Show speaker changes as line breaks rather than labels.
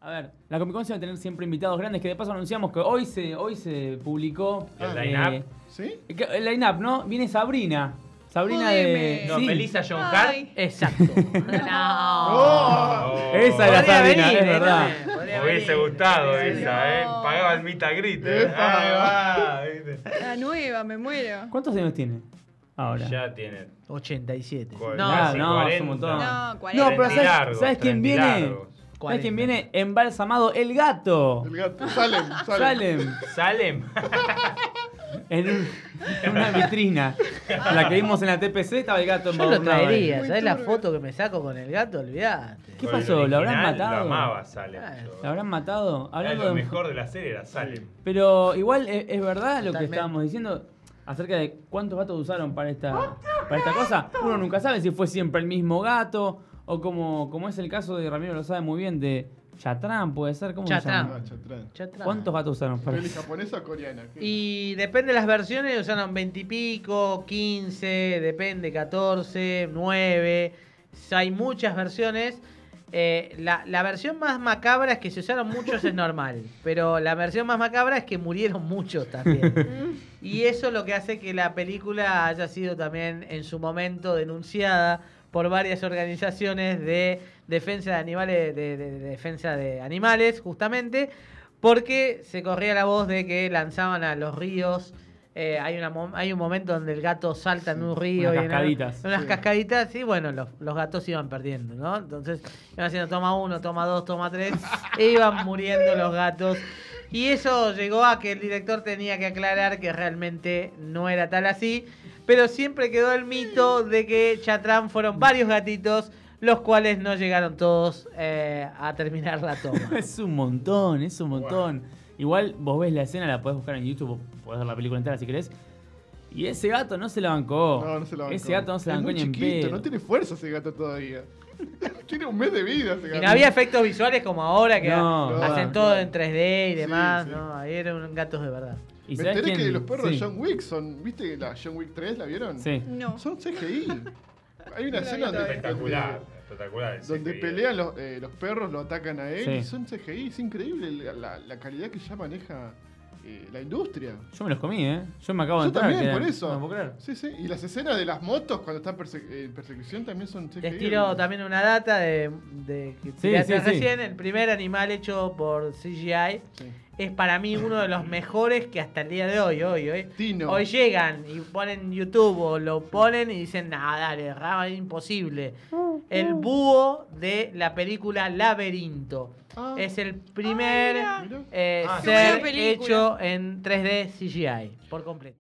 A ver, la Comic Con se va a tener siempre invitados grandes, que de paso anunciamos que hoy se, hoy se publicó.
El
eh,
line-up.
¿Sí?
que- El line-up, ¿no? Viene Sabrina. Sabrina de.
Jodeme.
No,
sí.
Eh, Melissa John Hart.
Ay.
Exacto.
No.
¡Oh!
Esa era
Podría
Sabrina,
venir,
es
¿eh?
verdad.
También, podría
Me hubiese
venir.
gustado
Podría
esa,
venir.
¿eh?
No.
Pagaba el mitad grito. ¿eh?
Epa.
Ahí va, ¿viste?
La nueva, me muero.
¿Cuántos años tiene? Ahora.
Ya tiene.
87.
cu-
No.
casi
Ah, no,
40.
es un montón.
No,
No,
40.
pero ¿sabes,
largos,
¿sabes quién
30
viene?
largos.
¿Sabes quién
40.
viene? Embalsamado, el gato.
El gato. Salem, Salem.
Salem.
Salem.
En, un- en una vitrina. La que vimos en la TPC estaba el gato
Yo lo
embadurnado ahí.
traería,
Muy
¿sabes la
turbio.
foto que me saco con el gato? Olvidate.
¿Qué
Con el
pasó? ¿Lo habrán
original,
matado?
Lo amaba Salem. yo.
¿La habrán matado?
Era
Hablando
lo
de-
mejor de la serie era Salem.
Pero igual es, es verdad lo que
Totalmente.
estábamos diciendo acerca de cuántos gatos usaron para esta, para esta cosa. Uno nunca sabe si fue siempre el mismo gato o como, como es el caso de Ramiro lo sabe muy bien de Chatrán, puede ser. ¿Cómo se
Chatrán.
llama?
Ah, chatrán.
Chatra.
¿Cuántos gatos usaron para
¿Peli japonesa o coreana? ¿Qué?
Y depende de las versiones, usaron 20 y pico, 15, depende, 14, 9. Hay muchas versiones. Eh, la, la versión más macabra es que se usaron muchos es normal, pero la versión más macabra es que murieron muchos también. y eso lo que hace que la película haya sido también en su momento denunciada por varias organizaciones de defensa de animales, de- de- de defensa de animales, justamente, porque se corría la voz de que lanzaban a los ríos. eh, hay, una mom- hay un momento donde el gato salta en un río.
unas
y en-
cascaditas.
unas
Sí.
cascaditas, y bueno, los, los gatos iban perdiendo, ¿no? Entonces iban haciendo toma uno, toma dos, toma tres, e iban muriendo los gatos. Y eso llegó a que el director tenía que aclarar que realmente no era tal así, pero siempre quedó el mito de que Chatrán fueron varios gatitos, los cuales no llegaron todos eh, a terminar la toma.
Es un montón, es un montón. Igual vos ves la escena, la podés buscar en YouTube, podés ver la película entera si querés. Y ese gato no se la bancó.
No, no se la bancó.
Ese gato no se la
Es
bancó
muy
ni en
chiquito,
pedo.
no tiene fuerza ese gato todavía. tiene un mes de vida ese
Y
gato.
no había efectos visuales como ahora que
No,
hacen
no.
todo en 3D y demás,
sí.
¿no? Ahí eran gatos de verdad.
¿Y
Me
sabés
enteré
quién?
que los perros
Sí.
de John Wick son. ¿Viste la John Wick 3? ¿La vieron?
Sí.
No.
Son CGI. Hay una
No la vi
escena donde.
Espectacular. Espectacular. el
Donde
CGI.
pelean los, eh, los perros, lo atacan a él
Sí.
y son CGI. Es increíble la, la- la calidad que ya maneja eh, la industria.
Yo me los comí, ¿eh? Yo me acabo de
Yo
entrar.
también,
que-
por eso.
No puedo creer.
Sí, sí. Y las escenas de las motos cuando están perse- en persecución también son CGI.
Les tiro también una data de, de que
Sí,
tiraste
sí, sí.
recién. El primer animal hecho por CGI
Sí.
es para mí uno de los mejores que hasta el día de hoy, hoy, hoy.
Tino.
Hoy llegan y ponen YouTube o lo ponen y dicen, nada, dale, Rama, es imposible. El búho de la película Laberinto.
Ah.
Es el primer
Ay,
mira.
eh,
Ah,
qué buena
ser
película.
hecho en 3D CGI, por completo.